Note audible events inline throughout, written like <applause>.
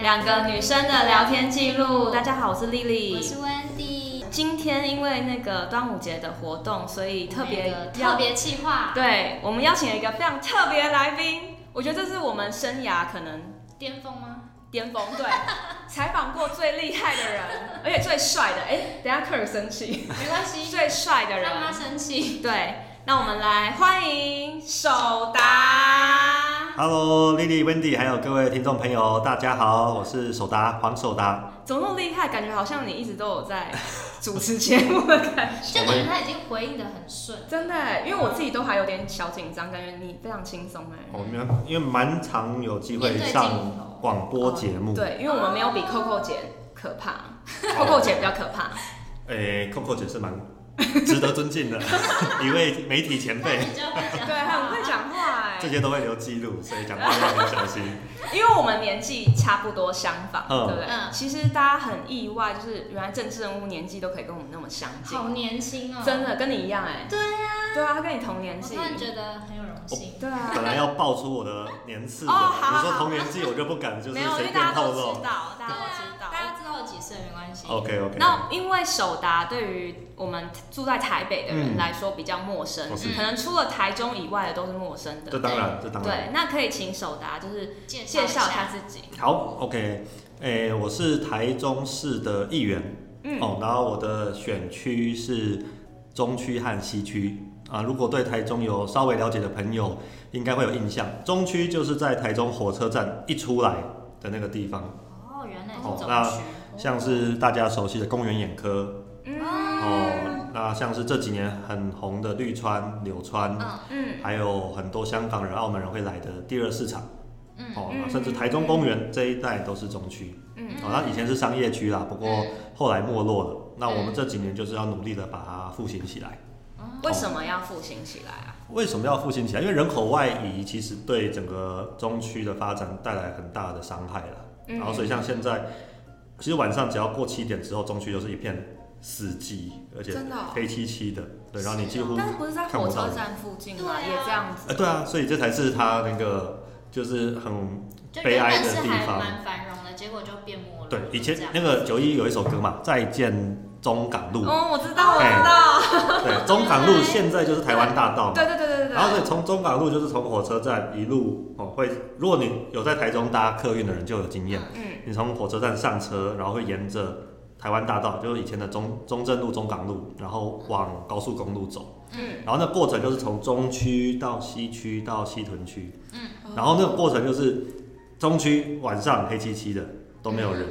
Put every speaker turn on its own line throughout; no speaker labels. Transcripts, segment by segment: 两个女生的聊天记录。大家好，我是丽
嗯我
丽。
是 Wendy，
今天因为那个端午节的活动，所以特别
我们有一个特
邀
别企划，
对我们邀请了一个非常特别的来宾。我觉得这是我们生涯可能
巅峰吗？
巅峰，
<laughs>
对，采访过最厉害的人，而且最帅的。哎，等一下客人生气，
没关
<laughs>
系，
最帅的人
让。他生气。
对，那我们来欢迎手达。
Hello，丽丽、Wendy，还有各位听众朋友，大家好，我是手达黄手达。
怎么那么厉害？感觉好像你一直都有在主持节目的感觉。
就感觉他已经回应的很顺，
真的欸，因为我自己都还有点小紧张，感觉你非常轻松哎。
我们因为蛮常有机会
面对镜
上
头
广播节目，
哦对，因为我们没有比 Coco 姐可怕
哦
，Coco 姐比较可怕。
诶、c o c o 姐是蛮值得尊敬的 <laughs> 一位媒体前
那
辈，
你就会
<laughs>
讲，
对，很会，讲话
这
哎，
些都会留记录，所以讲话要很小心。
因为我们年纪差不多相仿，
嗯
对不对？
嗯
其实大家很意外，就是原来政治人物年纪都可以跟我们那么相近，
<laughs>
好年轻哦，
真，的跟你一样哎。
对
啊，对啊，他跟你同年
我
纪
突。然觉得很有荣幸。
对啊，
本来要爆出我的年次的，
哦好好
你说同年纪我就不敢，就是
没有，因
随
为
便
大家
透
都知
露。
道，
对
大家都知
啊，
道。
大家知道我几岁没关系。
OK OK，
那因为手达对于我们住在台北的人
嗯哦
来说比较陌生，
我
是
可能除了台中以外的都是陌生
这
的。
当然，这当然。
对，那可以请手达就是
介
介绍
绍
一
一
下
下，
自己。
好，OK，诶、我是台中市的议员。
嗯，
哦，然后我的选区是中区和西区啊。如果对台中有稍微了解的朋友，应该会有印象。中区就是在台中火车站一出来的那个地方，
哦，原来是哦
哦
总
那
区，
像是大家熟悉的公园眼科
嗯
哦，那像是这几年很红的绿川、柳川，
嗯
嗯
还有很多香港人、澳门人会来的第二市场
嗯，
哦，
嗯
甚至台中公园这一带都是中区。
嗯
哦，那以前是商业区啦，不过后来没落了。那我
嗯
们这几年就是要努力的把它复兴起来。
哦
为什么要复兴起来啊？
为什么要复兴起来？因为人口外移其实对整个中区的发展带来很大的伤害了。
嗯
然后所以像现在，其实晚上只要过七点之后，中区就是一片死寂，而且
真的哦
黑漆漆的。对，然后你
是
几乎，
但是啊不是在
看
火
不到
车
人
站附近
对
吗？
啊
也这样子。
呃，对啊，所以这才是它那个就是很
就
悲
原
哀
本
的
是
地
还
方
蛮繁荣的，结果就变没落了。
对。以前
这样
那个九一有一首歌嘛，《再见中港路》，
啊哦，我知道，我
哎
知道。
对，中港路现在就是台湾大道嘛
对。对对对对
然后所
对。
以从中港路就是从火车站一路哦，会如果你有在台中搭客运的人就有经验，
嗯
你从火车站上车，然后会沿着台湾大道，就是以前的中中正路、中港路，然后往高速公路走。
嗯。
然后那过程就是从中区到西区到西屯区，
嗯
然后
哦
那个过程就是中区晚上黑漆漆的都没有人，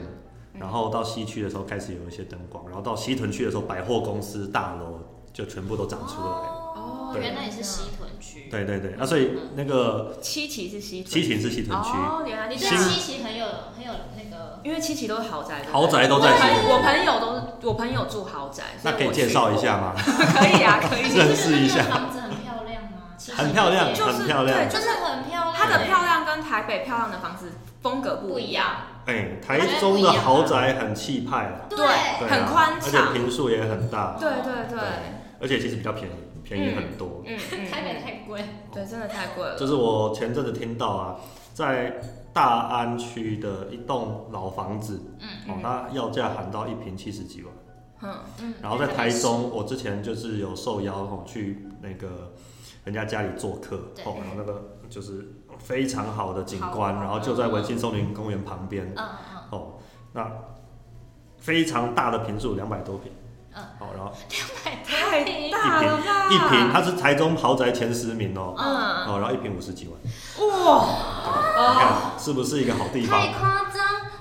嗯
然后到西区的时候开始有一些灯光，然后到西屯区的时候百货公司大楼就全部都长出来。
哦，
对
原来也是西屯区。
对对对，那所以那个
七期是西屯
七秦是西屯区，
哦，原来
啊你
是
对
这
新
样。
西岐很有很有那个，
因为七期都是豪宅，对不对
豪宅都在西
我朋友都是，我朋友住豪宅，所
那
以
可以
我
介
去
绍一下吗？
过？可以
<laughs>
啊，可以。
认识一下
那个房子很漂亮吗？七
很漂亮，
喜
就是
很漂亮。
对
街就是很漂亮。欸
它的漂亮跟台北漂亮的房子风格不一样，
哎、台中的豪宅很气派啊，
对，
对啊，
啊很宽敞
而且平数也很大，
对对对，
而且其实比较便宜，便宜很多。
嗯嗯，
台北太贵。
对，真的太贵了。
就是我前阵子听到啊，在大安区的一栋老房子，
嗯
哦，它要价喊到一平七十几万。
嗯
嗯。
然后在台中，我之前就是有受邀哦去那个人家家里做客
对
哦，然后那个就是非常好的景观，
好
啊
然后就在文心松林公园旁边
嗯嗯
哦，那非常大的平数两百多平，
嗯
好，然后
太大了吧？
一平它是台中豪宅前十名哦，
嗯，
哦，然后一平五十几万，
哇，
你
哦，
看是不是一个好地
嗯，
方
太？夸张！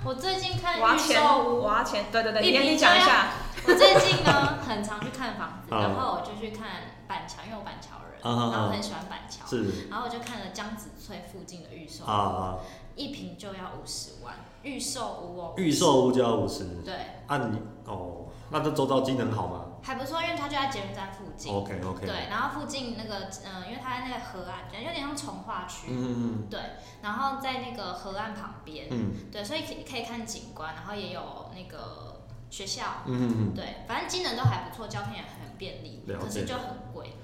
我最近看
我要
预
钱，
售屋，
我要钱，对对对，
一
你
平
你讲一下，
我最近呢很常去看房子，
嗯
然后我就去看板桥，因为我板桥人，
嗯嗯嗯
然后很喜欢板桥，
是
然后我就看了江子翠附近的预售屋，
啊，
一平就要五十万，预售屋哦，
预售屋就要五十，
对，
啊你哦，那这周遭机能好吗
还不错，因为它就在捷运站附近。
？OK 哦 OK，
对，然后附近那个，嗯、因为它在那个河岸，有点像从化区，
嗯嗯
对，然后在那个河岸旁边，
嗯
对，所以可以可以看景观，然后也有那个学校，
嗯嗯嗯，
对，反正机能都还不错，交通也很便利，
了解
可是就很贵。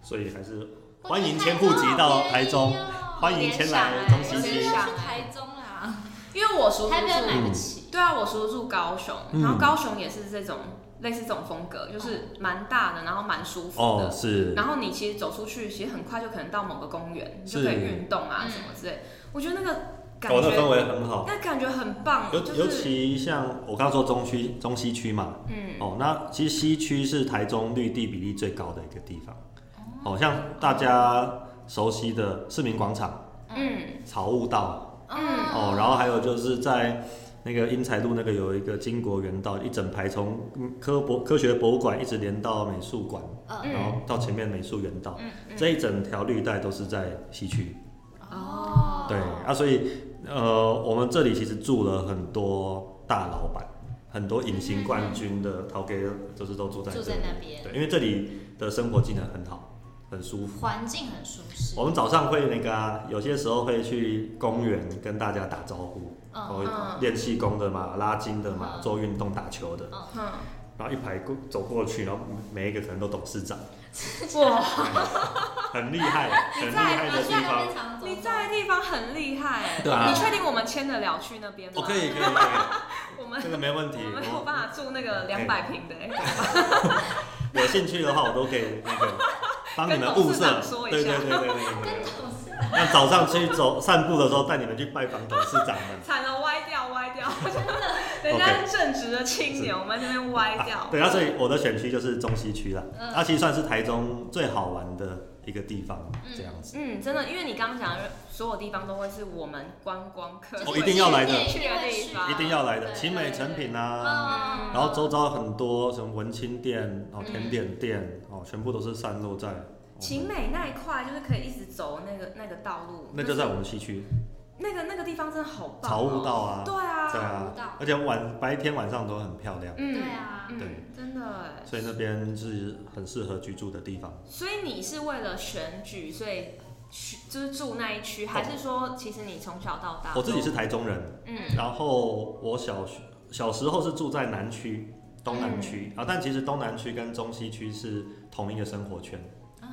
所以还是
我
欢迎
觉得
迁户籍到台中
台中好便宜哦
欢迎前来
有点
东
西
想哎
区
我是要去台中啦。
因为我叔叔
台北
住，
买不起，
对啊，我叔叔住高雄，
嗯
然后高雄也是这种类似这种风格，就是蛮大的，然后蛮舒服
哦，
的。
是，
然后你其实走出去，其实很快就可能到某个公园，你就可以
是
运动啊
嗯
什么之类。我觉得那个感
哦，那氛
觉，
围很好。
那感觉很棒，
尤
就
尤
是
其像我刚刚说中区、中西区嘛，
嗯，
哦，那其实西区是台中绿地比例最高的一个地方。哦，像大家熟悉的市民广场、
嗯
草悟道，
嗯
哦，然后还有就是在那个英才路那个有一个金国园道，一整排从嗯科博科学博物馆一直连到美术馆，
嗯
然后到前面美术园道，
嗯
这一整条绿带都是在西区。
哦，
对啊，所以呃，我们这里其实住了很多大老板，很多隐形冠军的陶给就是都住在
嗯住
这
在
里。
那边，
对，因为这里的生活技能很好，很舒服。
环境很舒适
我，们早上会那个、啊，有些时候会去公园跟大家打招呼，
嗯
哦
嗯
练气功的嘛，拉筋的嘛，
嗯
做运动、打球的，
嗯，
哼，
然后一排过走过去，然后每一个可能都董
<laughs>
事长，
哇，
很厉害，很厉害的地方。
方
你在的地方很厉害欸，
对啊
你确定我们签得了去那边吗？
我哦可以，
<laughs>
可以，可
我
以，
们
这个没问题哎
我。们有办法住那个两百平的欸，
有兴趣的话，我都可以那
<laughs>
个帮你们物
跟董
色
事长说，一
对
下
对对对对
跟
对。
董事
那早上去走散步的时候，带你们去拜访董事长们。
惨了，歪掉，歪
<laughs>
掉，人家是正直的青年，我们这边歪掉
啊，对啊，所以我的选区就是中西区啦，
嗯
它其实算是台中最好玩的一个地方，
嗯
这样子。
嗯，真的，因为你刚刚讲的所有地方都会是我们观光客
哦一定要来的
去的地方，
一定要来的，
对
奇美成品
嗯
啊，
嗯，
然后周遭很多什么文青店、哦
嗯
甜点店、哦，全部都是散落在我们，
晴美那一块就是可以一直走那个那个道路，
那就在我们西区
那个那个地方真的好棒、
草悟
哦，
道啊，
对啊，
对
草悟道
啊，而且晚白天晚上都很漂亮，
嗯，
对啊
嗯
对
真的
所以那边是很适合居住的地方。
哎，所以你是为了选举，所以去就是住那一区，
哦
还是说其实你从小到大，
我自己是，台中人，
啊嗯
然后我小学小时候是住在南区、东南区、
嗯
啊，但其实东南区跟中西区是同一个生活圈
哦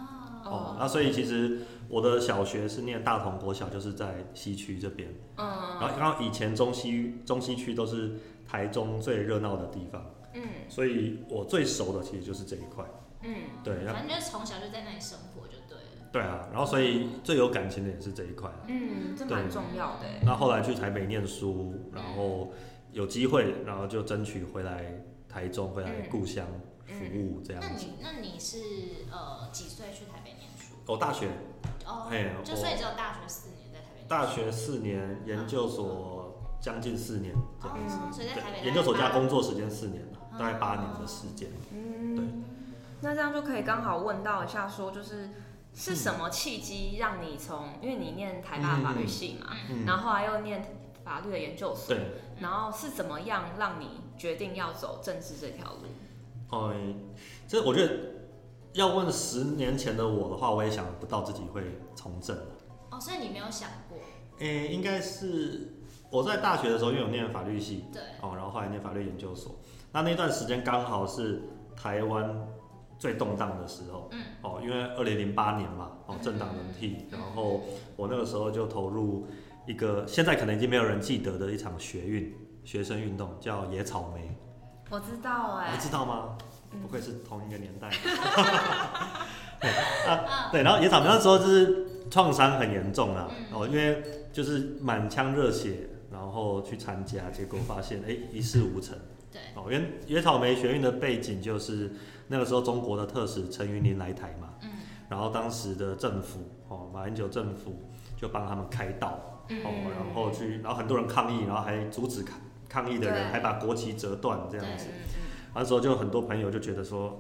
哦。那、所以其实我的小学是念大同国小，就是在西区这边。然
嗯
后，然后以前中西中西区都是台中最热闹的地方，
嗯
所以我最熟的其实就是这一块。
嗯，
对，然后
反正就是从小就在那里生活就对了，
对啊，然后所以最有感情的也是这一块。啊
嗯，这蛮重要的哎，
那后来去台北念书，然后有机会，然后就争取回来台中，回来故乡服务这样
嗯那
子。
你那你是呃几岁去台北念书？
我大学，
哦，
嘿，
就所以
我
只有大学四年在台北念书，
大学四年，研究所将近四年这样子。
哦，所以在台北
对，研究所
大
加
概
工作时间四年了，
嗯
大概八年的时间。对
嗯，那这样就可以刚好问到一下，说就是是什么契机让你从，因为你念台大法律系嘛，
嗯，
然后后来又念法律的研究所，
对，
然后是怎么样让你决定要走政治这条路？
哦、这我觉得要问十年前的我的话，我也想不到自己会从政。
哦，所以你没有想过，
诶、应该是我在大学的时候，因为我念法律系，
对，
哦，然后后来念法律研究所。那那段时间刚好是台湾最动荡的时候，
嗯，
哦，因为二零零八年嘛，哦，政党轮替，然后我那个时候就投入一个现在可能已经没有人记得的一场学运学生运动，叫野草莓，
我知道哎、
你知道吗
嗯？
不愧是同一个年
<laughs>
代。啊
嗯，
对，然后野草莓那时候就是创伤很严重啊，
嗯
哦，因为就是满腔热血，然后去参加，结果发现哎一事无成。
对，
哦，原野草莓学运的背景就是那个时候中国的特使陈云林来台嘛，
嗯
然后当时的政府哦，马英九政府就帮他们开道
嗯
哦，然后去，然后很多人抗议，然后还阻止抗抗议的人，
对
还把国旗折断这样
嗯
子。
嗯
那时候就很多朋友就觉得说，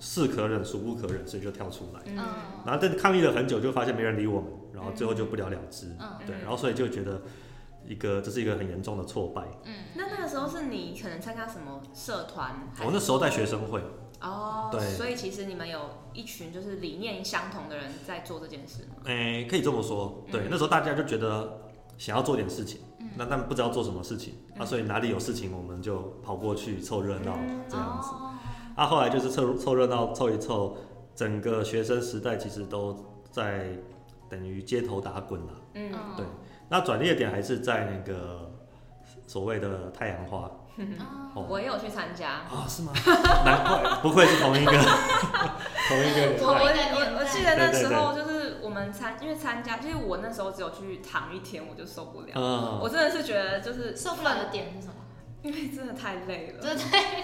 是可忍孰不可忍，所以就跳出来。
嗯嗯
然后但抗议了很久，就发现没人理我们，然后最后就不了了之。
嗯
对，然后所以就觉得一个这是一个很严重的挫败。
嗯，
那那个时候是你可能参加什么社团？还
我那时候在学生会。
哦，
对
所以其实你们有一群就是理念相同的人在做这件事吗？
诶、可以这么说，对，
嗯
那时候大家就觉得想要做点事情，
嗯
那但不知道做什么事情，啊，所以哪里有事情我们就跑过去凑热闹
嗯
这样子。
哦
啊，后来就是凑凑热闹凑一凑，整个学生时代其实都在等于街头打滚了、
嗯
嗯
对那转捩点还是在那个所谓的太阳花
哦
哦
我也有去参加。
啊，是吗？难怪不愧是同一个 <laughs> 同一个
我我
哦同一
人
个
我我记得那
对对
时候就是我们参，因为参加，就是我那时候只有去躺一天，我就受不了。
啊
我真的是觉得就是
受不了的点是什么？
因为真的太累了，
就是太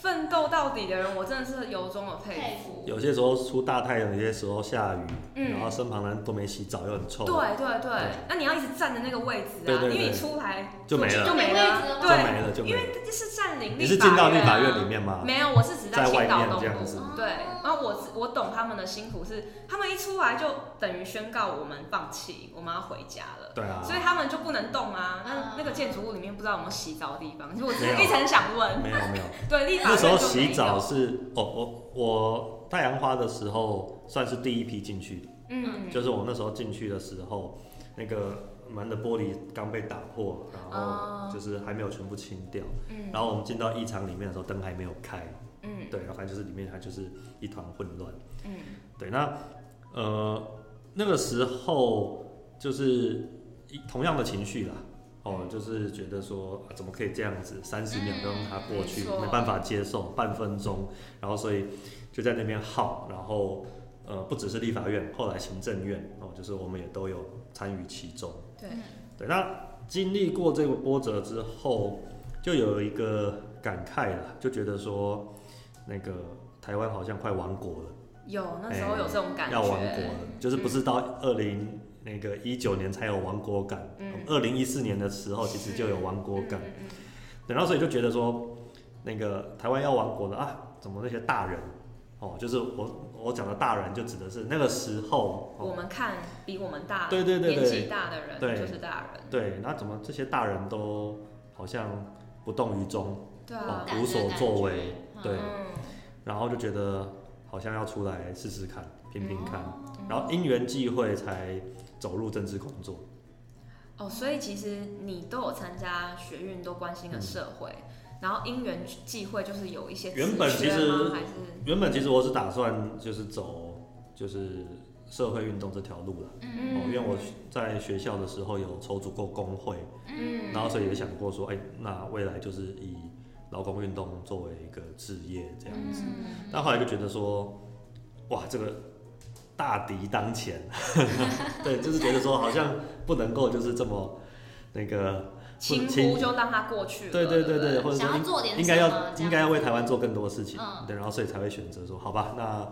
奋斗到底的人，我真的是由衷的佩
佩
服。
服。
有些时候出大太阳，有些时候下雨，
嗯
然后身旁人都没洗澡，又很臭，
对对对
对，
那你要一直站的那个位置啊，
对对对
因为你出来
就没了
就没
没位置
了，
了
就
吗
对，
没了就没
因
了。
为这是占领
你
立
是进到立
法
法
院啊
院里面吗？
没有，我是只在
在外
青岛
面
东
这样
部
子。
对，然后我只我懂他们的辛苦是，他们一出来就等于宣告我们放弃，我们要回家了。
对啊，
所以他们就不能动啊。那
啊
那个建筑物里面不知道有没有洗澡的地方，其实我只
没有
是一直很想问。
没有没有。
对，立法
那
院
时候
就没
洗
有
澡，是，哦，我我太阳花的时候算是第一批进去，
嗯，
就是我那时候进去的时候，那个门的玻璃刚被打破，然
哦
后就是还没有全部清掉，
嗯
然后我们进到议场里面的时候，灯还没有开，
嗯
对，然后反正就是里面它就是一团混乱，
嗯
对，那呃那个时候就是一同样的情绪啦。哦，就是觉得说、啊怎么可以这样子，三十秒都让它过
嗯
去，
嗯没错
没办法接受，半分钟，然后所以就在那边耗，然后呃不只是立法院，后来行政院哦，就是我们也都有参与其中。
对，
嗯
对，那经历过这个波折之后，就有一个感慨了，就觉得说，那个台湾好像快亡国了，
有那时候有这种感
要亡国
觉，
了，就是不是到二零那个一九年才有亡国感
嗯，
二零一四年的时候其实就有亡国感，
嗯嗯
等到所以就觉得说，那个台湾要亡国了啊，怎么那些大人？哦，就是我我讲的大人，就指的是那个时候，
我
哦、
们看比我们大，
对对对
年纪
对
大的人
对
就是大人，
对，那怎么这些大人都好像不动于衷？
对
哦
啊，
无所作为对
嗯
然后就觉得好像要出来试试看，拼拼看，
哦
嗯
然后因缘际会才走入政治工作。
哦，所以其实你都有参加学运，都关心了社会，然后因缘际会就是有一些
嗯原本
职缺
其实
吗还是
原本其实我是打算就是走就是社会运动这条路了、
嗯
哦，因为我在学校的时候有筹组过工会，
嗯
然后所以也想过说，哎，那未来就是以劳工运动作为一个置业这样。
嗯
但后来就觉得说，哇，这个大敌当前， <laughs> 对，就是觉得说好像不能够就是这么那个
轻
轻
忽就让它过去了，
对对
对
对
不
对，，或者
想
说
要做点
应应
什么
该要
这样
应该要为台湾做更多的事情，
嗯
对，然后所以才会选择说，好吧，那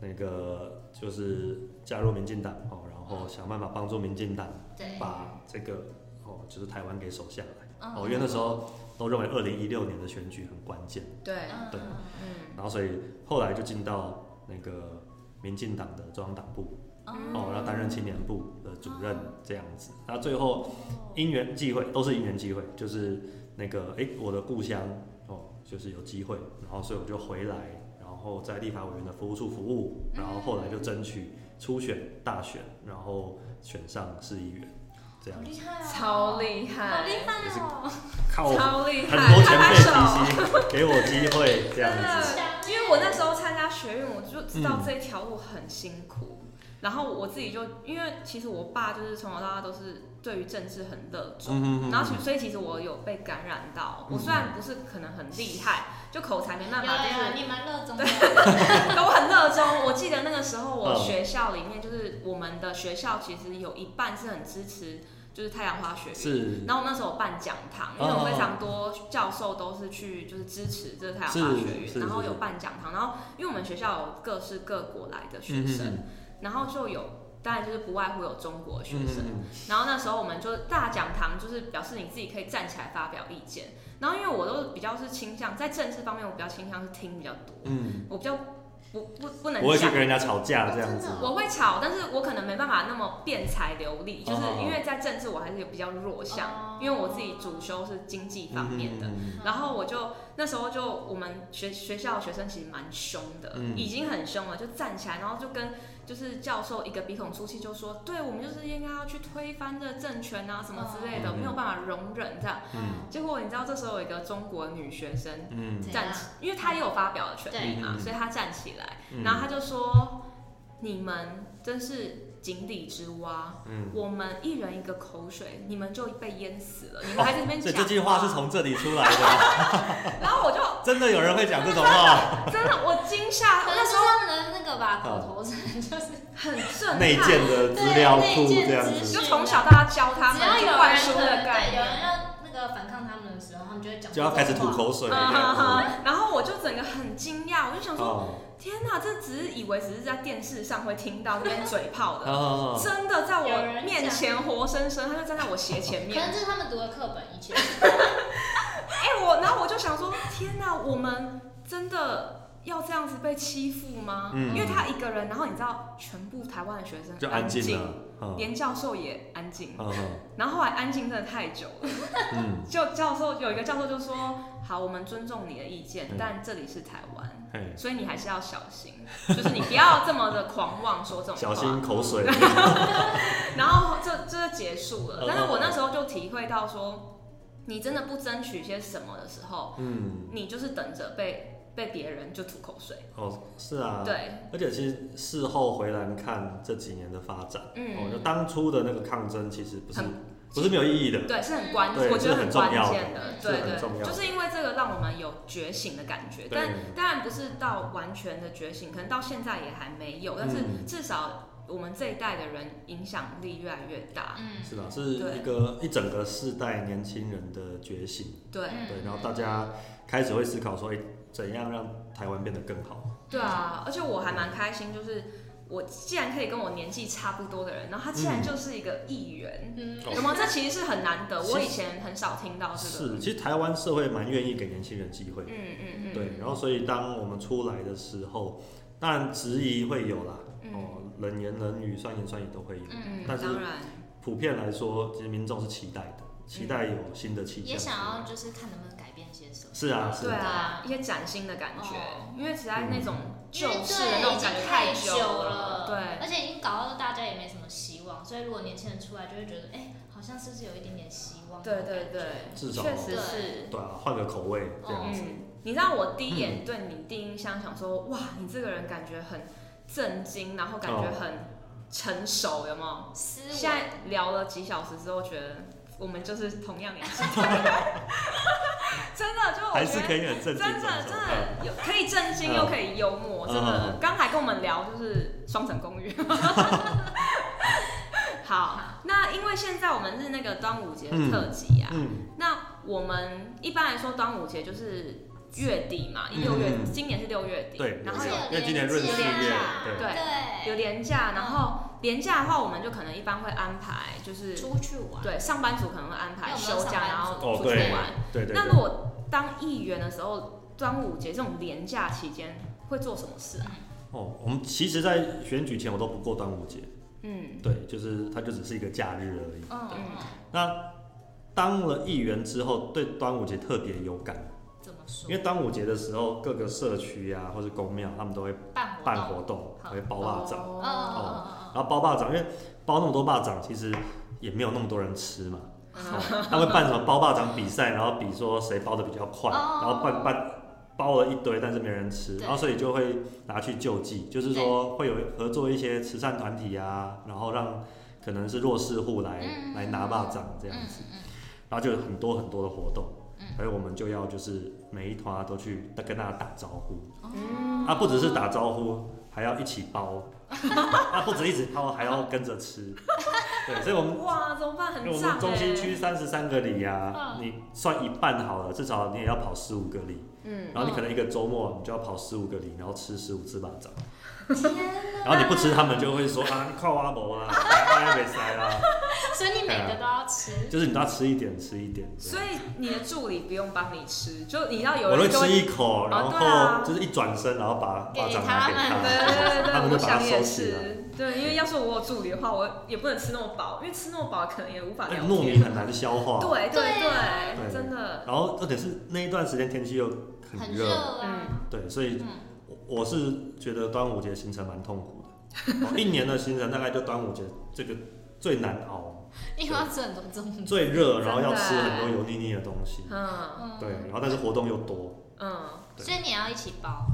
那个就是加入民进党哦，然后想办法帮助民进党
对
把这个哦，就是台湾给守下来。
嗯
哦，因为那时候都认为二零一六年的选举很关键，
对，
嗯
对
嗯
然后所以后来就进到那个民进党的中央党部
嗯
哦，然后担任青年部的主任这样子，那最后
哦
因缘际会，都是因缘际会，就是那个哎、诶我的故乡哦，就是有机会，然后所以我就回来，然后在立法委员的服务处服务，然后后来就争取初选、大选，然后选上市议员，这样
好厉害
超厉
哦，好
害，
厉害哦，
靠很
超厉害，
多前
拍拍
辈
手。
提携，给我机会这样子，
哦
因为我那时候参加学运，我就知道这一条路很辛苦。
嗯
然后我自己就，因为其实我爸就是从小到大都是对于政治很热衷，
嗯哼
然后其所以其实我有被感染到。我虽然不是可能很厉害，就口才没办
有
法，就
有
是
有，你蛮热衷的，
都很热衷。我记得那个时候，我
嗯
学校里面就是我们的学校其实有一半是很支持就是太阳花学运。
是
然后我那时候有办讲堂，因为有非常多教授都是去就是支持这个太阳花学
是
运，
是
然后有
是
办讲堂，然后因为我们学校有各式各国来的学
嗯
生，
嗯
然后就有。当然就是不外乎有中国学
嗯
生，
嗯
然后那时候我们就大讲堂，就是表示你自己可以站起来发表意见。然后因为我都比较是倾向在政治方面，我比较倾向是听比较多，
嗯，
我比较不不不能
不会去
讲
跟人家吵架这样子
真的，哦
我会吵，但是我可能没办法那么辩才流利，就是
哦
因为在政治我还是有比较弱项，
哦
因为我自己主修是经济方面的。哦
嗯嗯嗯
然后我就那时候就我们学学校的学生其实蛮凶的，
嗯
已经很凶了，就站起来，然后就跟就是教授一个鼻孔出气，就说对我们就是应该要去推翻这政权啊什么之类的，
嗯
没有办法容忍这样。
嗯
结果你知道这时候有一个中国女学生
嗯
怎样
站起，因为她也有发表的权利嘛，
对
所以她站起来，
嗯
然后他就说：“你们真是井底之蛙，
嗯，
我们一人一个口水，你们就被淹死了，你们还在那边
所
讲、
哦以这句话是，从这里出来
<laughs>
的，
然后我就
真的有人会讲这
<laughs>
种话，
真的我惊吓，
可
我
能
那
是
时候
他们的啊那个吧，口
啊
头禅就是，
很震
内
撼，
建的资料库这样
内建
子，
资
就从小大家教他
只要
们去
有
灌
人
输的概
对有
念。
人要那个反抗他们的时候，他们就会讲，
就要开始吐，口
嗯
水这样子。
啊，然后我就整个很惊讶，我就想说，
哦，
天哪，这只是以为只是在电视上会听到这边嘴炮的，
哦，
真的在
有人
我
讲
面前活生生，他就站在我斜前
可
面
能。这是他们读的课本以前，
哎、我然后我就想说，天哪，我们真的要这样子被欺负吗？
嗯
因为他一个人，然后你知道，全部台湾的学生
就安
安
静了，嗯
连教授也安静。
嗯
然后后来安静真的太久了，
嗯，
就教授有一个教授就说：“好，我们尊重你的意见
嗯，
但这里是台湾，
嘿，
所以你还是要小心，就是你不要这么的狂妄说这种话。”
小心
<laughs>
口水。
然后这这就结束了
嗯。
但是我那时候就体会到说，你真的不争取些什么的时候，
嗯，
你就是等着被被别人就吐口水。
哦，是啊，。
对，
而且其实事后回来看这几年的发展，哦，就
嗯，
当初的那个抗争其实不是
很
不是没有意义的，
对，是很关，
对
我觉得
这是很重
关
要的
键的，
这是
对
很重
对，
要的
就是因为这个让我们有觉醒的感觉，
对
但当然不是到完全的觉醒，可能到现在也还没有，但是
嗯
至少我们这一代的人影响力越来越大。
嗯，
是吧？是一个一整个世代年轻人的觉醒，
对
嗯
对，然后大家开始会思考说，哎，怎样让台湾变得更好？
对啊，而且我还蛮开心，就是我既然可以跟我年纪差不多的人，然后他竟然就是一个议员，
嗯，
哦
有没有？这其实是很难得，
其实
我以前很少听到这个。
是，其实台湾社会蛮愿意给年轻人机会
嗯，嗯嗯，
对，然后所以当我们出来的时候，当然质疑会有啦，
嗯
哦，冷言冷语、酸言酸语都会有，
嗯
但
嗯，
是
当然，
普遍来说，其实民众是期待的，期待有新的气
嗯
象，
也想要就是看能不能改变些什么。
是啊是
对啊，
因
一些崭新的感觉
哦，
因为只在那
嗯
种旧
为
式的那
对已
种
经
感觉
太
久
了，
对，
而且已经搞到大家也没什么希望，所以如果年轻人出来就会觉得，哎、好像是不是有一点点希望？
对对对，
至少
确实
对
是。
对啊，换个口味这样子，
嗯，你知道我第一眼对你第一印象想说，哇，你这个人感觉很震惊，然后感觉
哦
很成熟，有没有？
思维
现在聊了几小时之后，觉得我们就是同样
<laughs>
年纪，真的就
还
我
是
觉
可
得。
以很正
真
经
的真的有可以震惊又可以幽默，
嗯
真的。刚才跟我们聊就是《双城公寓》，
<laughs>
好，那因为现在我们是那个端午节的特辑啊，
嗯，
那我们一般来说端午节就是月底嘛，
嗯
六月
嗯，
今年是六月底，
对，
然
有
后有
有
因为今年闰四
廉
月
价，
对，
对，
有年假，然后年假的话，我们就可能一般会安排就是
出去玩，
对，上班族可能会安
因
排
为我们
休
有上
假，
班
然
族
后
哦
出
对
去玩。
对对对。
那如果当议员的时候，端午节这种连假期间会做什么事啊？
哦，我们其实，在选举前我都不过端午节，
嗯
对，就是它就只是一个假日而已。
嗯
嗯
嗯，
那当了议员之后，对端午节特别有感，
怎么说
因？为端午节的时候，各个社区啊，或是公庙，他们都会
办活
办
动，
活动，
好
会包腊肠，
嗯
哦，
嗯嗯
然后包霸掌，因为包那么多霸掌，其实也没有那么多人吃嘛。
嗯
<laughs>
哦、他会办什么包霸掌比赛，然后比说谁包的比较快，
哦
然后办办包了一堆，但是没人吃，
对
然后所以就会拿去救济，就是说会有合作一些慈善团体啊，然后让可能是弱势户来、
嗯
来拿霸掌这样子，然后就有很多很多的活动。
嗯
所以我们就要就是每一团都去跟大家打招呼，
嗯
啊，不只是打招呼，还要一起包， <laughs> 啊，不止一起包，还要跟着吃，对，所以我们
<laughs> 哇，怎么办？
因为
很
我
炸
们中西
欸
区三十三个里啊，
嗯
你算一半好了，至少你也要跑十五个里，
嗯
然后你可能一个周末你就要跑十五个里，然后吃十五次巴掌，
嗯
然后
后
你不吃，他们就会说啊，你靠阿伯
<laughs>
啦，太啊哎没塞啦，
所以你每个都要吃，
就是你都要吃一点，吃一点。这
所
样
以你的助理不用帮你吃，就你要
我
有
会
人就
吃
会。
一口，然
对啊
后就是一转身，然后把
给
巴掌拿给
他
对
们
他。
对对
<laughs> 他
对，
们
我
就把它
想也
收起来
是。对，因为要是我有助理的话，我也不能吃那么饱，因为吃那么饱可能也无法聊
哎糯米
天。
很难消化，
对对
对啊
对，真的。
然后重点是那一段时间天气又
很
很
热
热，
啊，
对，所以
嗯，
我我是觉得端午节行程蛮痛苦的，哦、一年的行程大概就端午节这个最难熬、
因为要吃很多粽子，
最热，然后要
嗯真的
吃很多油腻腻的东西，
嗯
嗯
对，然后但是活动又多，
嗯，
对
所以你要一起包，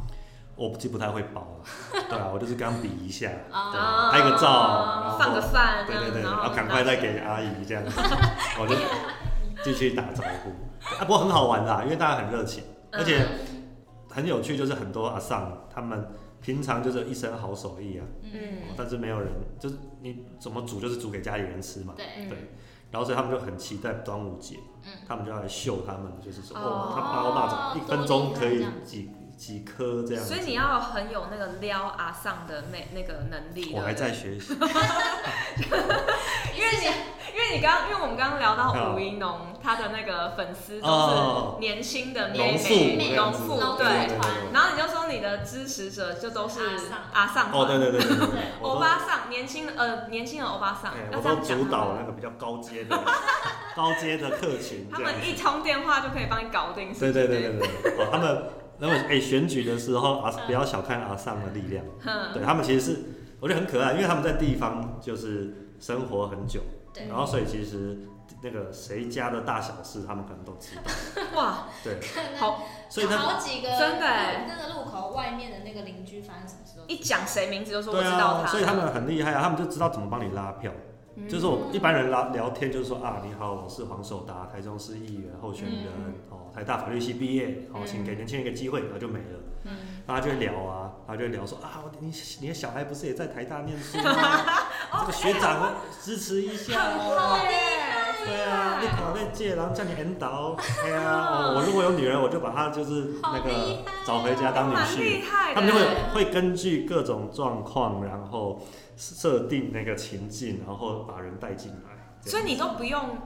我记不太会包了，对啊，我就是刚比
<laughs>
一下，对
啊，
啊拍个照然后
嗯放个饭，
对对对，
然
然
后
后赶快再给啊阿姨这样子，我就继续打招呼。啊，不过很好玩啦，因为大家很热情，
嗯
而且很有趣，就是很多阿桑他们平常就是一身好手艺啊，
嗯，
嗯
但是没有人就是你怎么煮就是煮给家里人吃嘛，
对，
嗯
对然后所以他们就很期待端午节，
嗯
他们就要来秀他们，就是说
哦
哦，他包那种一分钟可
多厉
以
害这样
几几颗这样子
所以。你要很有那个撩阿上的那那个能力。
我还
对
在学习，
因为不对，因为你刚，因为我们刚刚聊到吴一农，他的那个粉丝都
哦
是年轻的妹
农妇这
妹、
样
农
子，
妇，
农妇
对。
团
然后你就说你的支持者就都是阿 <laughs>
阿桑
上，
哦，对对对对对对，我
欧
都
巴桑，年轻的呃年轻人欧巴桑
哎，
要
我
这
都
样讲
主导那
吗。
个比较高阶的 <laughs> 高阶的客群
他
这样
们一
子。
通电话就可以帮你搞定，
对对对
对，嗯
对对，哦，他们那么哎选举的时候啊，不要小看阿尚的力量，
哼
对他们其实是我觉得很可爱，因为他们在地方就是生活很久，
对
然后所以其实那个谁家的大小事他们可能都知道，
哇，
对，
可能
好
所以他
好几个
真的欸
那个路口外面的那个邻居发生什么事都
一讲谁名字就说我
对
知道
啊，
他，
所以他们很厉害啊，他们就知道怎么帮你拉票。
嗯
就是我一般人聊聊天，就是说啊，你好，我是黄守达，台中市议员候选人，
嗯
哦，台大法律系毕业，哦
嗯，
请给年轻人一个机会，然后就没了。
嗯
大家就会聊啊，然后就会聊说啊，我你你的小孩不是也在台大念书
<laughs>
吗？这个学长我支持一下
很
啊。
好耶，
对啊，你考那届，然后叫你引导，哎呀，
<laughs>
哦我如果有女儿，我就把她就是那
好厉
个
害哦
找回家当女
蛮
婿
厉。害的，
他们就会会根据各种状况，然后设定那个情境，然后把人带进来。这
所
样
以你都不用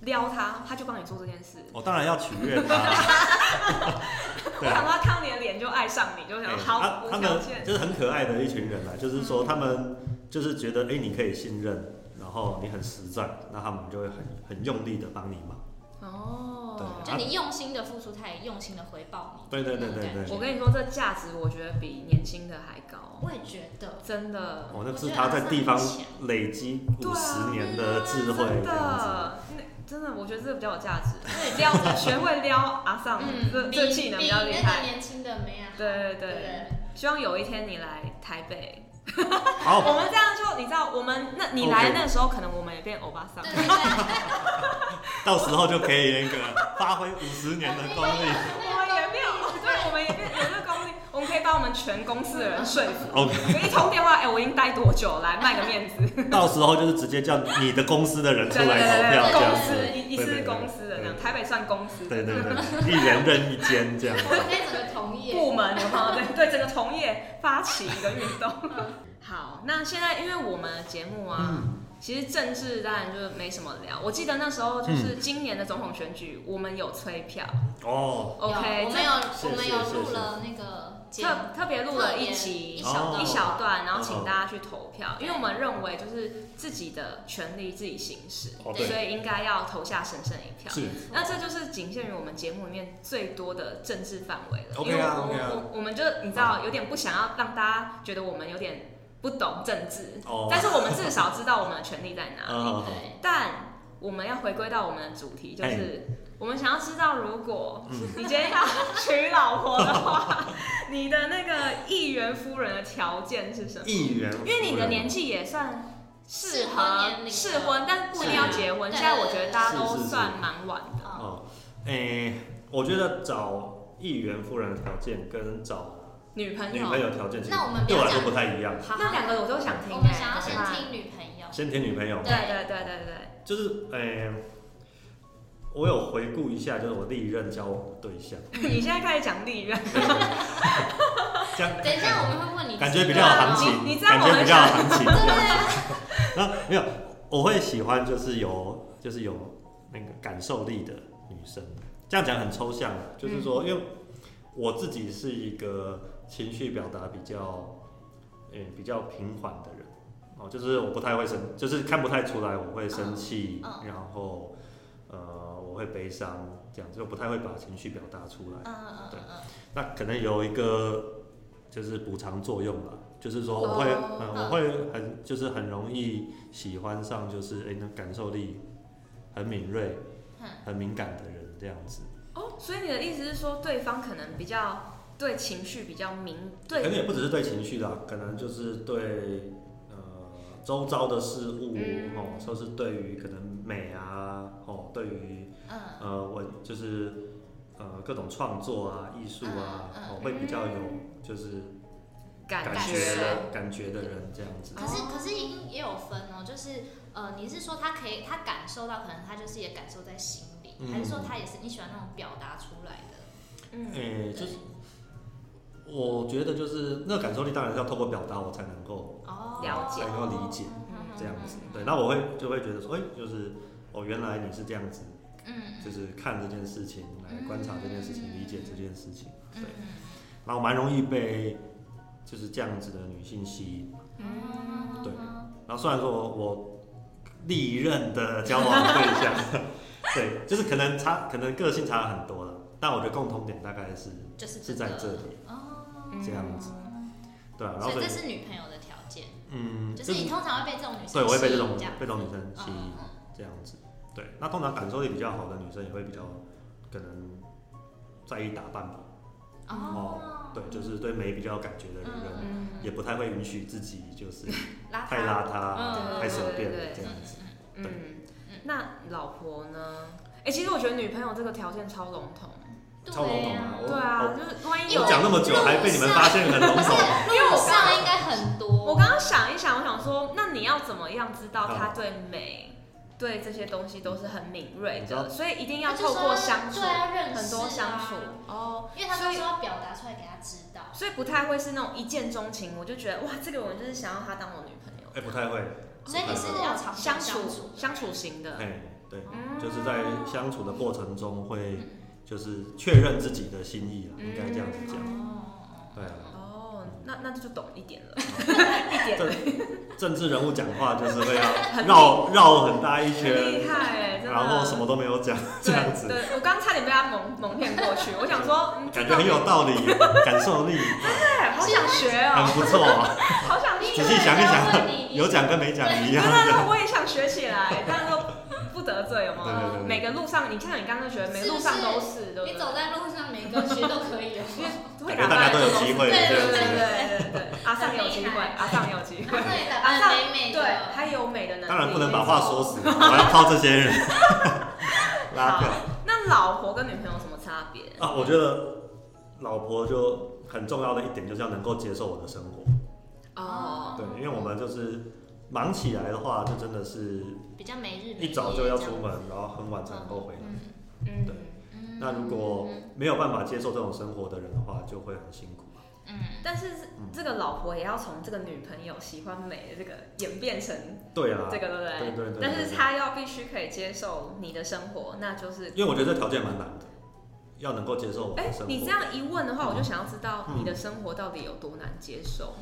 撩他，他就帮你做这件事。
我哦当然要取悦
<laughs>
他。
我
对
想
啊，
说他看到你的脸就爱上你，就
哎
想
他
好无
他
条
们
件。嗯
就是很可爱的一群人啦，啊就是说他们就是觉得哎、你可以信任，然后你很实在，那他们就会很很用力的帮你忙。
哦，
就你用心的付出，他也用心的回报你。
对对对
那种
对
感觉
我
对。
跟你说，这价值我觉得比年轻的还高，
我也觉得，
真的。
哦，那是他在地方累积
对
五
啊
十年的智慧
真
这样子。
的，那真的，我觉得这个比较有价值。
对，
撩学会撩阿上，嗯这这技能比较厉
嗯比那个
害。
年轻的妹啊，
对对
对不
对，
对，
希望有一天你来台北，
好，
我们这样就你知道，我们那你来
OK
那时候，可能我们也变欧巴桑
对。对对，
到时候就可以那个发挥五十年的功力。
<laughs> 我们也没有，对，我们也没有这个功力，我们可以把我们全公司的人说服。
OK，
可以通电话，哎、我已经待多久？来卖个面子。
到时候就是直接叫你的公司的人出
对对
来投
对
票
对，
这样
公司
子，
一一是公司的这样，台北算公司，
对对对，一人任一间这样
我们可以整个同意。
部门有没有？对对，整个同业发起一个运动。好，那现在因为我们的节目啊。其实政治当然就是没什么聊。我记得那时候就是今年的总统选举，我们有催票
哦，
，OK，
有我们有
是
我们有
是是
录
是
了那个节
特特别录了一
一
集
哦
小段
一小段，然后请
哦
大家去投票，因为我们认为就是自己的权利自己行使，
哦
对
所以应该要投下神圣一票。
是
那这就是仅限于我们节目里面最多的政治范围了
OK
因为我
啊 OK 啊
我我们就你知道有点不想要让大家觉得我们有点不懂政治，
哦，
但是我们至少知道我们的权利在哪里。
嗯，
对，
但我们要回归到我们的主题，就是我们想要知道，如果
哎嗯
你今天要娶老婆的话，你的那个议员夫人的条件是
<laughs>
什么？
议员，
因为你的年纪也算适
适婚
合
年龄
适婚，但不一定要结婚。
是
现在我觉得大家都
是是是
算蛮晚的。
哦，
哦，诶，我觉得找议员夫人的条件跟找
女朋
女
友，
朋友条件，其实
那我们不
对
要
我来说
讲
不太一样。
好，
那两个我都想听、欸。
我们想要先
好吧
听女朋友，
先填女朋友，
对对对对对，
就是诶，我有回顾一下，就是我历任交往的对
<laughs>
象，
<laughs>
你现在开始讲利润，
这样
等一下我们会问你，
感觉比较有行情，
你你知道
感
我很啊
觉比较有行情
对
这
对对，
样。<laughs> 那没有，我会喜欢就是有就是有那个感受力的女生。这样讲很抽象，就是说，因为我自己是一个情绪表达比较，嗯、比较平缓的人。哦，就是我不太会生，就是看不太出来我会生气，
嗯
然后呃我会悲伤，这样就不太会把情绪表达出来。
嗯嗯嗯嗯，
那可能有一个就是补偿作用吧，就是说我会，
哦
嗯，
嗯
我会很就是很容易喜欢上，就是哎、那感受力很敏锐
嗯、
很敏感的人这样子。
哦，所以你的意思是说，对方可能比较对情绪比较敏，
可能
对
也不只是对情绪啦，可能就是对呃周遭的事物、
嗯
哦，说是对于可能美啊，哦，对于
嗯，
呃文就是呃各种创作啊、艺术啊，
嗯嗯
哦，会比较有
嗯
就是
感
感
觉了
觉的感觉的人这样子。
可是可是也也有分哦，就是呃，你是说他可以他感受到，可能他就是也感受在心里，
嗯
还是说他也是你喜欢那种表达出来的？
嗯，
诶、就是
对
我觉得就是那个感受力，当然是要透过表达我才能够
哦，
了解
才能够理解
嗯
这样子。对，
嗯
那我会就会觉得说，哎、就是哦，原来你是这样子，
嗯
就是看这件事情，来观察这件事情，
嗯
理解这件事情。对
嗯，
然后蛮容易被就是这样子的女性吸引。
嗯，
对
嗯
然后虽然说我我历任的交往对象， <laughs> 对，就是可能差，可能个性差很多了，但我觉得共同点大概是
就是
是在
个
这里，
哦，
嗯
这样子对啊、然后
所以
所以
这是女朋友的条件，
嗯，
就是你通常会被这种女生
对，我会被
吸
这
引
种
这样
被这种女生吸引
嗯嗯嗯
这样子。对，那通常感受力比较好的女生也会比较可能在意打扮吧。
哦，
对，就是对美比较有感觉的人，
嗯
也不太会允许自己就是
邋
太
遢，
邋遢、
嗯
太随
对
便
对对
了这样子。对
嗯，那老婆呢？哎、其实我觉得女朋友这个条件超笼统，
嗯对
超笼统
呀
啊我
对啊，就是万一有
我，讲那么久还被你们发现很笼
不是
统，
路上应该很多，
我刚刚想一想，我想说，那你要怎么样知道
嗯
她对美、对这些东西都是很敏锐
你知道
的？所以一定要透过相处
对，啊，认识啊
很多相处哦，
因为他
所
们
以
说要表达出来给他知道。
所以不太会是那种一见钟情，我就觉得哇，这个我就是想要她当我女朋友。
哎，不太会。
所以你是要长久
相
相
处
处
相处型的，
哎，对，
嗯
就是在相处的过程中会就是确认自己的心意啊了，应该这样
嗯
子讲。
哦，
对啊
哦，那那就懂一点了，
好
一点了，
政治人物讲话就是会要
很
绕绕很大一圈，
很厉害哎，真的。
然后什么都没有讲，这
对
样子，
对，我刚差点被他蒙蒙骗过去，我想说，嗯，
感觉很有道理，感受力
对，好想学哦，
很不错啊。
好想
你
学。
仔细想一想
有人问你
<laughs> 有讲跟没讲一
对
样
对
的，
对，我也想学起来，但是都不得罪，有
对
没有？
对对
每
对，
个路上，你看你刚刚就觉得每个路上都是，对不对？
你走在路上，每个区都可
<laughs>
以哦。
会
感觉
打
大
扮
家都
的
有
是
机会，
对
对对
这样
对
子。
对对对，阿尚有机会，阿尚有机会
然，后也打
阿
扮
尚
美美
啊
的，哦
对，他有美的能力。
当然不能把话说死，我要靠这些人拉票
那老婆跟女朋友有什么差别？
啊！我觉得老婆就很重要的一点就是要能够接受我的生活，
哦，
对，因为我们就是忙起来的话，就真的是
比较没日没夜
一早就要出门，然后很晚才能够回来。
嗯
对，
嗯
那如果没有办法接受这种生活的人的话，就会很辛苦。
嗯，
但是这个老婆也要从这个女朋友喜欢美的这个演变成
对啊，
这个，对不
对对对。
但
对
是
对
她要必须可以接受你的生活，那就是
因为我觉得这条件蛮难的，要能够接受我
哎
的生活。，
你这样一问的话，我就想要知道
嗯
你的生活到底有多难接受，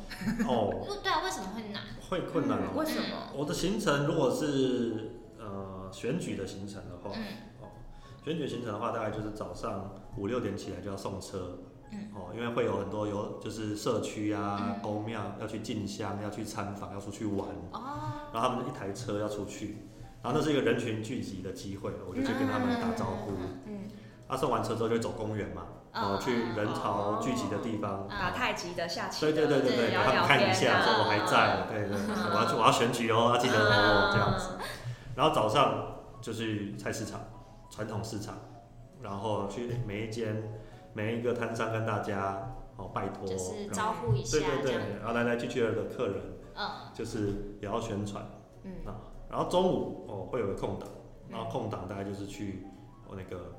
哦，
对啊，为什么会难？
会困难哦。
为什么？
我的行程如果是呃选举的行程的话，
嗯
哦，选举行程的话，大概就是早上五六点起来就要送车，
嗯，
哦，因为会有很多有就是社区啊
嗯、
公庙要去进香、要去参访、要出去玩，
哦，
然后他们就一台车要出去，然后那是一个人群聚集的机会，我就去跟他们打招呼。
嗯，
啊，送完车之后就走公园嘛，
嗯
哦，去人潮聚集的地方，
打太极的、下棋
对
的，
对对对对，
聊
他们
聊
看一
天
下，
啊，
说我还在，对对，
嗯
我要去我要选举哦，要记得哦这样子。
子。
然后早上就去菜市场，传统市场，然后去哎每一间每一个摊商跟大家哦拜托，
嗯就是
然后
招呼一下
对对
这
对
样，，
然后来来去去的客人
嗯
就是也要宣传
嗯
啊，然后中午哦会有个空档，然后空档大概就是去哦那个。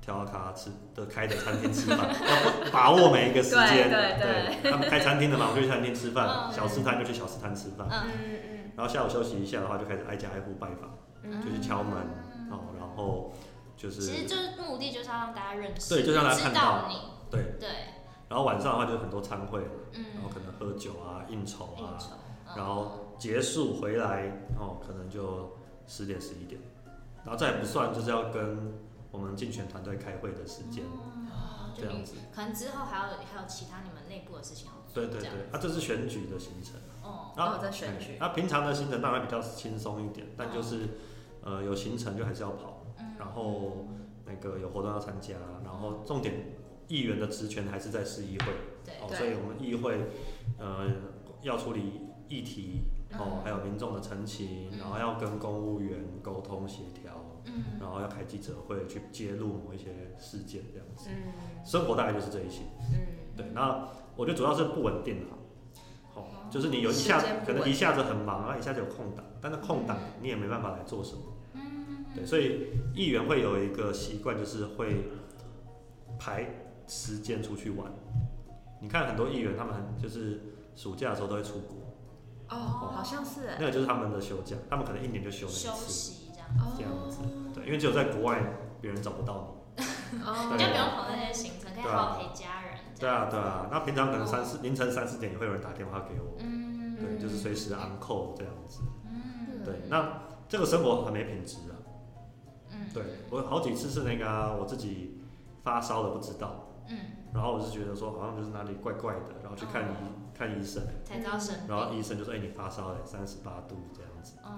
挑咖吃的开的餐厅吃饭，
<laughs>
要把握每一个时间。
对对
对，他们开餐厅的嘛，我们就去餐厅吃饭；
嗯
小吃摊就去小吃摊吃饭。
嗯
嗯
然后下午休息一下的话，就开始挨家挨户拜访。
嗯
就
嗯
是敲门哦，然后就
其实
是
就是目的就是要让大家认识，
对就是让大家看
知
到
道你，
对，
对，
然后晚上的话就是很多餐会，然后
嗯，
可能喝酒啊、应酬啊
应，酬，嗯
然后结束回来哦，可能就十点十一点，然后再也不算就是要跟我们竞选团队开会的时间，
哦
这
就
样
你
子。
可能之后还有还有其他你们内部的事情要做，
对对
这
对
样，，
啊，这是选举的行程。
哦，
然后在选
哎
举，
那平常的行程当然比较轻松一点，但就是呃有行程就还是要跑，
嗯
然后那个有活动要参加，然后重点议员的职权还是在市议会，
对
哦，
对
所以我们议会呃要处理议题哦，还有民众的陈情，
嗯
然后要跟公务员沟通协调，
嗯，
然后要开记者会去揭露某一些事件这样子。
嗯
生活大概就是这一些，
嗯，
对。那我觉得主要是不稳定啦，哦，就是你有一下
时间不稳
可能一下子很忙，然后一下子有空档，但是空档
嗯
你也没办法来做什么。
嗯，
对，所以议员会有一个习惯，就是会排时间出去玩。你看很多议员，他们很就是暑假的时候都会出国，
哦，好像是哎，
那个就是他们的休假，他们可能一年就休了
休
一次。
息这样，
这样子对，因为只有在国外，别人找不到你。
哦，
你就
对啊
不用跑那些行程，可以
对啊
好好陪家人。
对啊，对啊。那平常可能三四凌晨三四点也会有人打电话给我，
嗯，
对，就是随时 on call 这样子。
嗯，
对，那这个生活很没品质啊。
嗯，
对我好几次是那个啊、我自己发烧了不知道，
嗯，哦
然后我就觉得说好像就是哪里怪怪的，然后去看医、看医生，
才知道生病。
然后医生就说：“哎、你发烧了，三十八度这样子。
嗯，”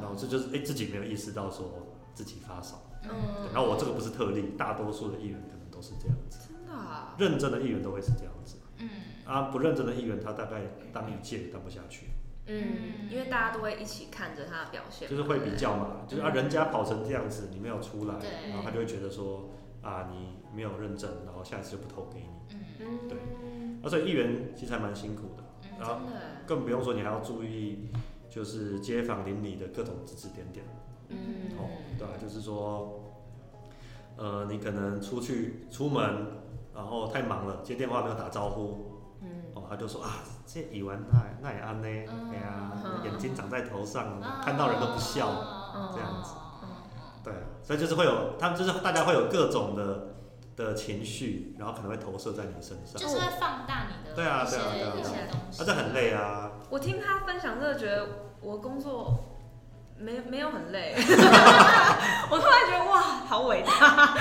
哦
然后这就是哎、自己没有意识到说自己发烧。
嗯，
对
嗯，
然后我这个不是特例，大多数的议员可能都是这样子，
真的啊，
认真的议员都会是这样子
嗯，
啊，不认真的议员他大概当一届也当不下去，
嗯，因为大家都会一起看着他的表现嘛，
就是会比较嘛，就是啊
嗯
人家跑成这样子，你没有出来，
对
然后他就会觉得说啊你没有认真，然后下一次就不投给你。
嗯，
对不
对
对，嗯，
啊，所以议员其实还蛮辛苦的，
嗯
然后
真的，
更不用说你还要注意，就是街坊邻里的各种指指点点，
嗯
哦，对、啊，就是说，呃，你可能出去出门，然后太忙了，接电话没有打招呼，
嗯，
哦，他就说啊，这乙烷那那也安呢，
嗯
哎呀，
嗯
眼睛长在头上，
啊
嗯看到人都不笑，
嗯
这样子
嗯
对啊，所以就是会有，他们就是大家会有各种的的情绪，然后可能会投射在你身上，
就是会放大你的
对啊
一些
对啊对
啊
一些
对啊
东西，
啊，这很累
<laughs>
啊，
我听他分享这个，觉得我工作没没有很
<laughs>
累，我突然觉得哇，好伟大！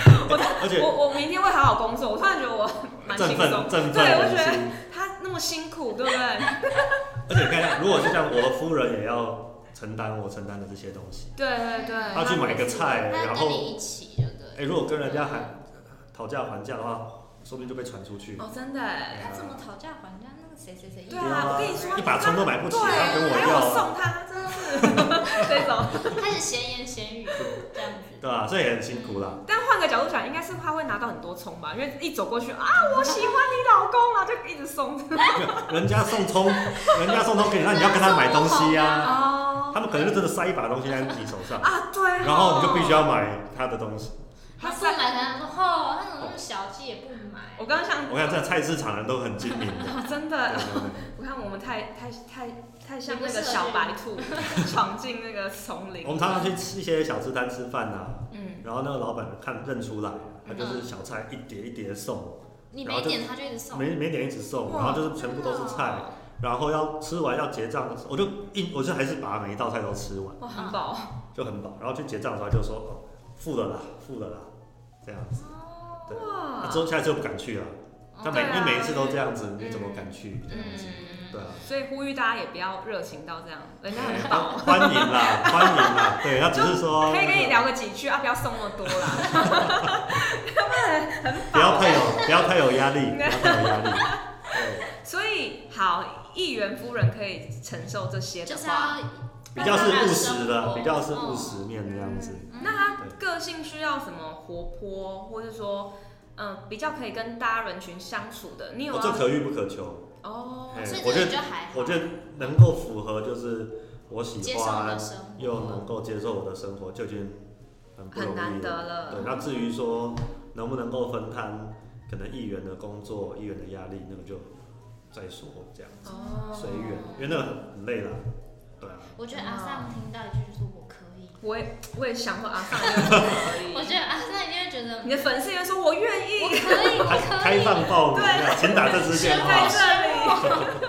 而且
我我明天会好好工作，我突然觉得我蛮
振
轻
奋
松。
振奋
对我
人
觉得
心。
他那么辛苦，对不对？
而且你看，如果是这样，我的夫人也要承担我承担的这些东西。
对对对，
他去买个菜，
他
然
跟
后，
你一起，对不
哎、
对？
如果跟人家喊讨价还价的话，说不定就被传出去。
哦，真的耶。
他怎么讨价还价？那个谁谁谁，
对
哎对啊
啊，我跟你说，
一把葱都买不起，
欸对，
他跟我
还
要，啊
送他，真的是 <laughs> 这种。
<laughs> 开始闲言闲语这样子。
对吧、啊这也很辛苦啦。
但换个角度想，应该是他会拿到很多葱吧，因为一走过去啊，我喜欢你老公啦，就一直送。
没有人家送葱，人家送葱给你，那你要跟他买东西呀、啊。
哦
他们可能就真的塞一把东西在你手
<laughs>
上，
啊，对哦。
然后你就必须要买他的东西。
他不买，他说哦，他怎么那么小气也不买？
我刚刚想，
我看在菜市场人都很精明
<laughs>
的，
啊，真
对
的，
对对。
我看我们太太太太像那个小白兔 <laughs> 闯进那个丛林。
我们常常去吃一些小吃摊吃饭呐、啊
嗯，
然后那个老板看认出来，他就是小菜一碟一碟送，
你没点他就一直送，
每每点一直送，
哇哦
然后就是全部都是菜，然后要吃完要结账的时候，我就硬我就还是把每一道菜都吃完，
哇，很饱。
就很饱。然后去结账的时候他就说、哦、付了啦，付了啦，这样子。对，
哇
那之，后下一次就不敢去了。他每
哦对啊嗯
因为每一次都这样子，你怎么敢去这样子？
嗯，
<laughs>
对啊，
所以呼吁大家也不要热情到这样，人家很
啊
饱，
欢迎啦，欢迎啦。对，他只是说
可以跟你聊个几句啊，不要送那么多啦。
不要太有不要太有压
<laughs>
力，不要太有压力。对。
所以好，议员夫人可以承受这些的
就是
话，
要
比较是务实的，比较是务实面的样子。
嗯
那他个性需要什么活泼，或是说，嗯，比较可以跟大家人群相处的，你有
我这
要
可遇不可求，
哦，
哎
嗯所以
我
这个
觉得
就还好，
我觉得能够符合就是我喜
接受你
欢
的生活，
又能够接受我的生活，就已经很不容
很难
易
得
了。
了
对，。那至于说能不能够分摊可能议员的工作、议员的压力，那个就再说这样，
哦
随缘，因为那个很累啦。对啊，
我觉得阿尚听到一句就是我可以，
我也我也想说啊，上一个
嗯
可
<laughs> 我
以。
觉得阿尚一定会觉得
你的粉丝也说我愿
我
意，
可以，
开
我可
开
以，
放报名啊，
对
请打这支电
在
话。
这里，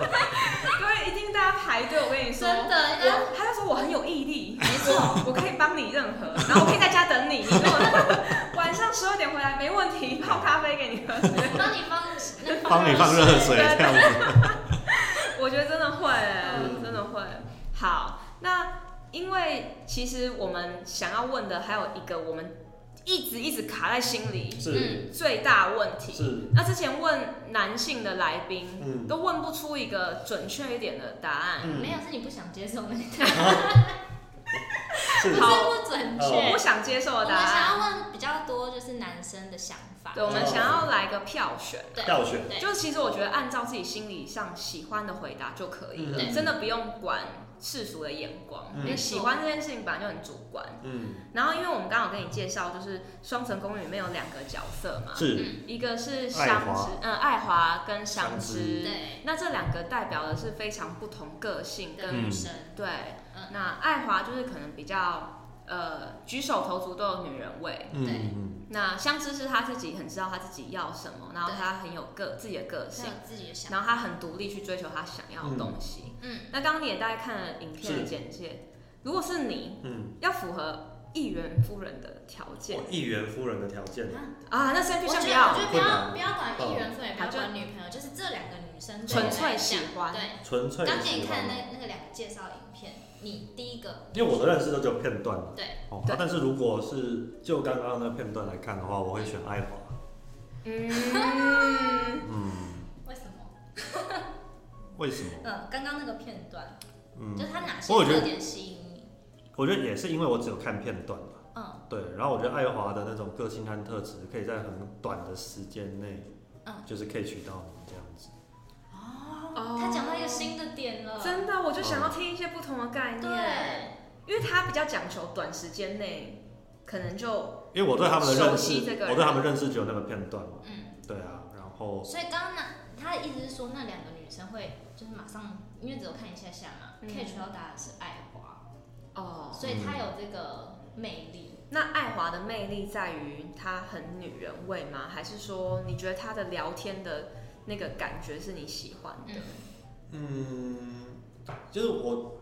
各位一定大家排队，我跟你说。
真的，因为
我他就说我很有毅力，
没错，
我可以帮你任何，然后我可以在家等你，你跟我 <laughs> 晚上十二点回来没问题，泡咖啡给你喝。
帮你放那
帮你放热水这样子，
<laughs> 我觉得真的会，
嗯
真的会。好，那因为其实我们想要问的还有一个我们一直一直卡在心里，
是
嗯
最大问题。
是，
那之前问男性的来宾，
嗯，
都问不出一个准确一点的答案。
嗯
没有，是你不想接
<laughs>
受那个，
好
是
是不
哦
准
我
确
不。想接受
我
的答
们想
案。
要问比较多就是男生的想法，
啊对，我们
哦
想要来个票选。
对
票选
对，
就其实我觉得按照自己心理上喜欢的回答就可以了，
嗯
真的不用管世俗的眼光，
嗯
因为喜欢这件事情本来就很主观。
嗯，
然后因为我们刚好跟你介绍，就是《双城公寓》里面有两个角色嘛，
是
一个是香
爱
知
华，
嗯，爱华跟香
香知
知。
对，
那这两个代表的是非常不同个性
的
跟
女
嗯
生，
对
嗯，
那爱华就是可能比较呃举手投足都有女人味，
嗯
对
嗯
那香知是她自己很知道她自己要什么，然后她很有个自己的个
她
性
有，自己的想法。
然后她很独立去追求她想要的东西。
嗯，
那刚刚你也大概看了影片的
是
简介，如果是你
嗯，哦
要符合议员夫人的条件
我议员夫人的条件，
啊，那先
我
就
觉
先不
得我
要
觉得不要不要管议员分，也不要
好就
管女朋友，就是这两个女生
纯粹喜欢
对，
纯粹
刚
的
给你
喜
看
欢
的
吗。
那那个两个介绍影片，你第一个
因为我的认识都只有片段，
对，
哦
对，
但是如果是就刚刚那片段来看的话，我会选爱华，
<laughs> 嗯，
嗯，
为什么？
为什么？
嗯，刚刚那个片段，
嗯
就，是他哪些
我觉得
特点吸引你？
我觉得也是因为我只有看片段吧，
嗯
对，然后我觉得爱华的那种个性和特质，可以在很短的时间内，
嗯
就是可以取到你这样子，
哦，他讲到一个新的点了，
哦真的，我就想要听一些不同的概念，
对，
因为她比较讲求短时间内，可能就
因为我对他们的认
熟悉
识
这个，人
我对他们认识只有那个片段嘛，
嗯，
对啊，然后
所以刚刚那他的意思是说，那两个女生会就是马上，因为只有看一下下嘛
嗯
，catch 到答案是爱华，
嗯
哦。
所以她有这个魅力，
那爱华的魅力在于她很女人味吗？还是说你觉得她的聊天的那个感觉是你喜欢的？
嗯，
嗯，就是我，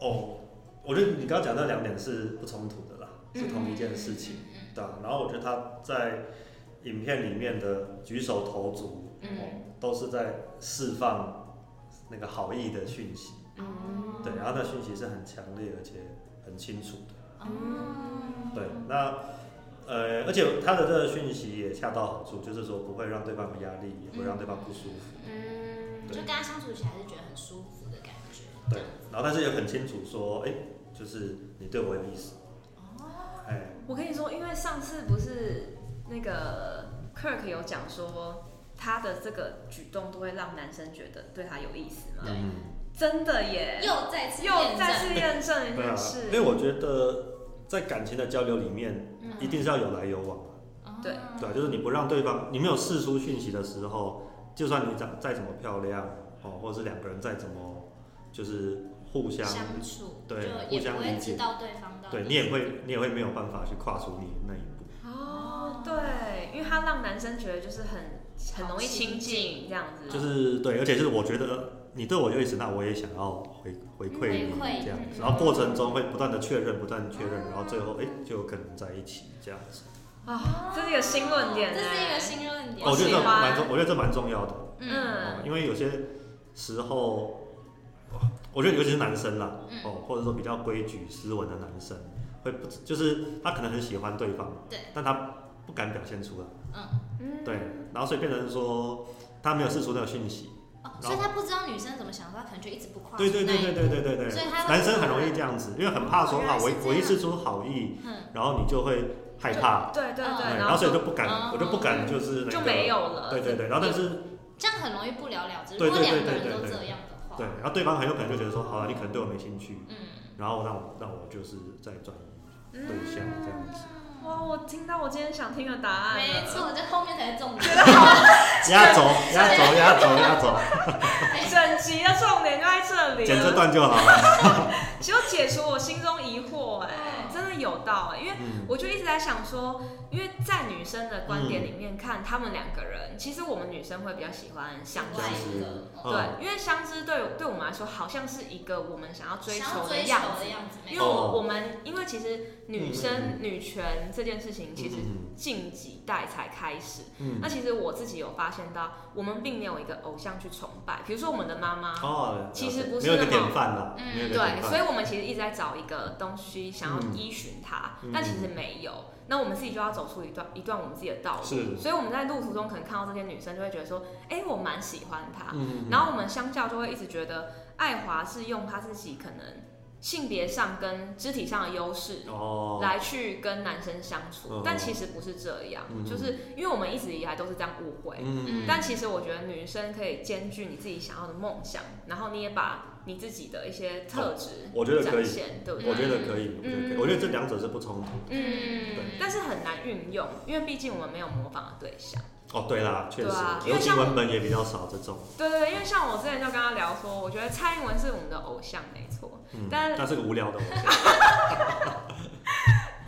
哦，我觉得你刚刚讲那两点是不冲突的啦，是同一件事情，
嗯，嗯嗯嗯
对啊、然后我觉得他在影片里面的举手投足，
嗯
哦，都是在释放那个好意的讯息，
嗯
对，然后那讯息是很强烈而且很清楚的，
哦嗯
对，那。呃，而且他的这个讯息也恰到好处，就是说不会让对方有压力，也不会让对方不舒服。
嗯
就跟他相处起来是觉得很舒服的感觉。
对，然后但是也很清楚说，哎、就是你对我有意思，
哦，
哎、
我跟你说，因为上次不是那个 Kirk 有讲说，他的这个举动都会让男生觉得对他有意思吗？
对
嗯，
真的耶，
又再次
又
验
再
证，
次验证一
对啊
件事。，
因为我觉得在感情的交流里面，
嗯
一定是要有来有往的，
对
哦
对啊、就是你不让对方，你没有释出讯息的时候，就算你长再怎么漂亮哦，或者是两个人再怎么就是互相，
相处，
对
就
互
也
相
不会
理解
知道对方到底
对你也会你也会没有办法去跨出你那一步，
哦，对，因为他让男生觉得就是很很容易亲近这样子。
就是对，而且就是我觉得你对我有意思，那我也想要回回馈你
回馈
这样子，
嗯
然后过程中会不断的确认，不断地确认，然后最后哎、就有可能在一起这样子。
啊，这是一个新论点
哦这是一
哎
个新论点。
哦我觉得这
喜欢
蛮重，我觉得这蛮重要的，
嗯
哦
嗯，
因为有些时候，我觉得尤其是男生啦，
嗯
哦，或者说比较规矩斯文的男生，会不就是他可能很喜欢对方，
对，
但他不敢表现出来，
嗯，
嗯
对，然后所以变成说他没有释出那个讯息，
哦，所以他不知道女生怎么想，他可能就一直不跨出
对对对
那
对
一
对对对对
所以他，会
男生很容易这样子，因为很怕说
哦原
啊
来，是
我一
这
我一
样
释出好意，
嗯，
然后你就会害怕，哎
对对
嗯
对，
然后所以就
就
不敢，我就不敢就是那个，
就没有了。
对对对，然后但是
这样很容易不了了之。如
对
果
对对
两个人
对
都
对
这样的话，
对，然后对方很有可能就觉得说，好了，你可能对我没兴趣，
嗯，
然后让我让我就是再转移
嗯
对象这样子，
哇，我听到我今天想听的答案了
嗯没错，这后面才
<laughs>
是重点。 <laughs>
压轴压轴压轴压轴，
整集的重点就在这里了。
剪这段就好了。
只有解除我心中疑惑、哎
嗯，
真的有道哎、因为
嗯，
我就一直在想说，因为在女生的观点里面看，他们两个人，其实我们女生会比较喜欢相
另
知
外。
就是
一个嗯
嗯
对，因为相知对我对我们来说，好像是一个我们想要追
想要
求
追
的
求
样
哦
子。
的样子，没
因为
错，
我我们因为其实女
嗯
生女权这件事情，其实
嗯
近几代才开始。
嗯
那其实我自己有发现到，我们并没有一个偶像去崇拜，比如说我们的妈妈，
哦，
其实不是
没有一个
那么
典范啦，
嗯
没有一个典
对，所
范，
以我们其实一直在找一个东西，想要
嗯
依寻它，但其实没有。那我们自己就要走出一段一段我们自己的道路，
是，
所以我们在路途中可能看到这些女生，就会觉得说，哎、我蛮喜欢她。
嗯，
啊然后我们相较就会一直觉得爱华是用她自己可能性别上跟肢体上的优势，
哦，
来去跟男生相处，
嗯
但其实不是这样，
嗯
就是因为我们一直以来都是这样误会。
嗯，
但其实我觉得女生可以兼具你自己想要的梦想，然后你也把你自己的一些特质
哦我觉得可
展
以，
现，对不对？
我觉得可以，我觉得可以，
嗯
我觉得这两者是不冲突。
嗯
对，
但是很难运用，因为毕竟我们没有模仿的对象。
哦，对啦，确实
对啊，因
尤
为
其
像
文本也比较少这种，
对对对，因为像我之前就跟他聊说，我觉得蔡英文是我们的偶像，没错，
嗯，
但
但是个无聊
<laughs>
的偶像，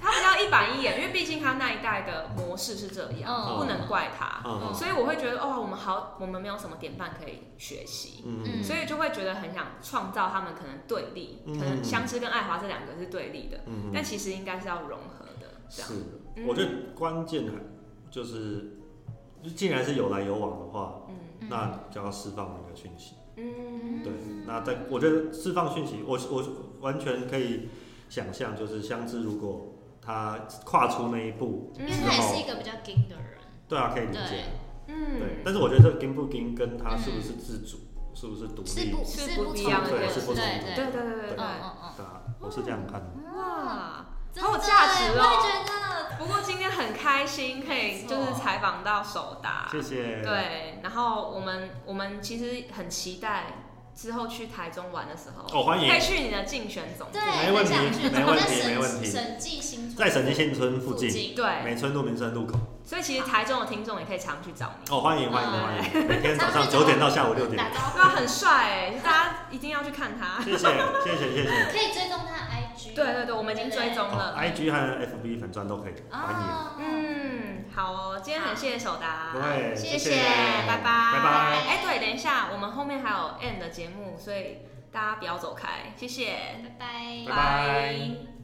他比较一板一眼，因为毕竟他那一代的模式是这样，
嗯
不能怪他。
嗯
所以我会觉得哦，我们好，我们没有什么典范可以学习，
嗯
嗯
所以就会觉得很想创造他们可能对立，
嗯
可能相思跟爱华这两个是对立的，
嗯
但其实应该是要融合的，这样
是。，
嗯
我觉得关键还就是，既然是有来有往的话，
嗯
嗯
那就要释放那个讯息。
嗯
对，那在我觉得释放讯息，我我完全可以想象，就是香知如果他跨出那一步，
嗯
因为他也是一个比较 gay 的人，
对啊，可以理解。对，
嗯，
但是我觉得这跟不跟跟他是不是自主，是不是独
是
立，
不
是
不
不一
同
样的
对
人
是不同的
对
对对对对对
嗯嗯
对啊，我是这样看的。
嗯，
对，哇，
真的
好有价值
我也
哦。
觉得，
不过今天很开心，可以就是采访到手达，
谢谢。，
对，然后我们我们其实很期待之后去台中玩的时候，
哦，欢迎
可以去你的竞选总部。
对，
没问题
很想去
没问题
在审
没问题
审计新村
在审计新村附
附
近，
近，
对，
美村路民生路口。
所以其实台中的听众也可以常去找你。
哦，欢迎欢迎
嗯
欢迎，每天早上九点到下午六点
打。招
对啊，
<laughs>
呼，
很帅哎、大家一定要去看他。
谢谢谢谢谢谢。
可以追踪他 IG，
对对对，我们已经追踪
哦
了。
，IG 和 FB 粉钻都可以，欢
啊，嗯，
嗯，好哦，今天很谢谢手达。
迎。对，
谢谢
谢，
拜拜。
拜拜。
哎，对，等一下，我们后面还有 end 的节目，所以大家不要走开，谢谢。
拜拜
拜拜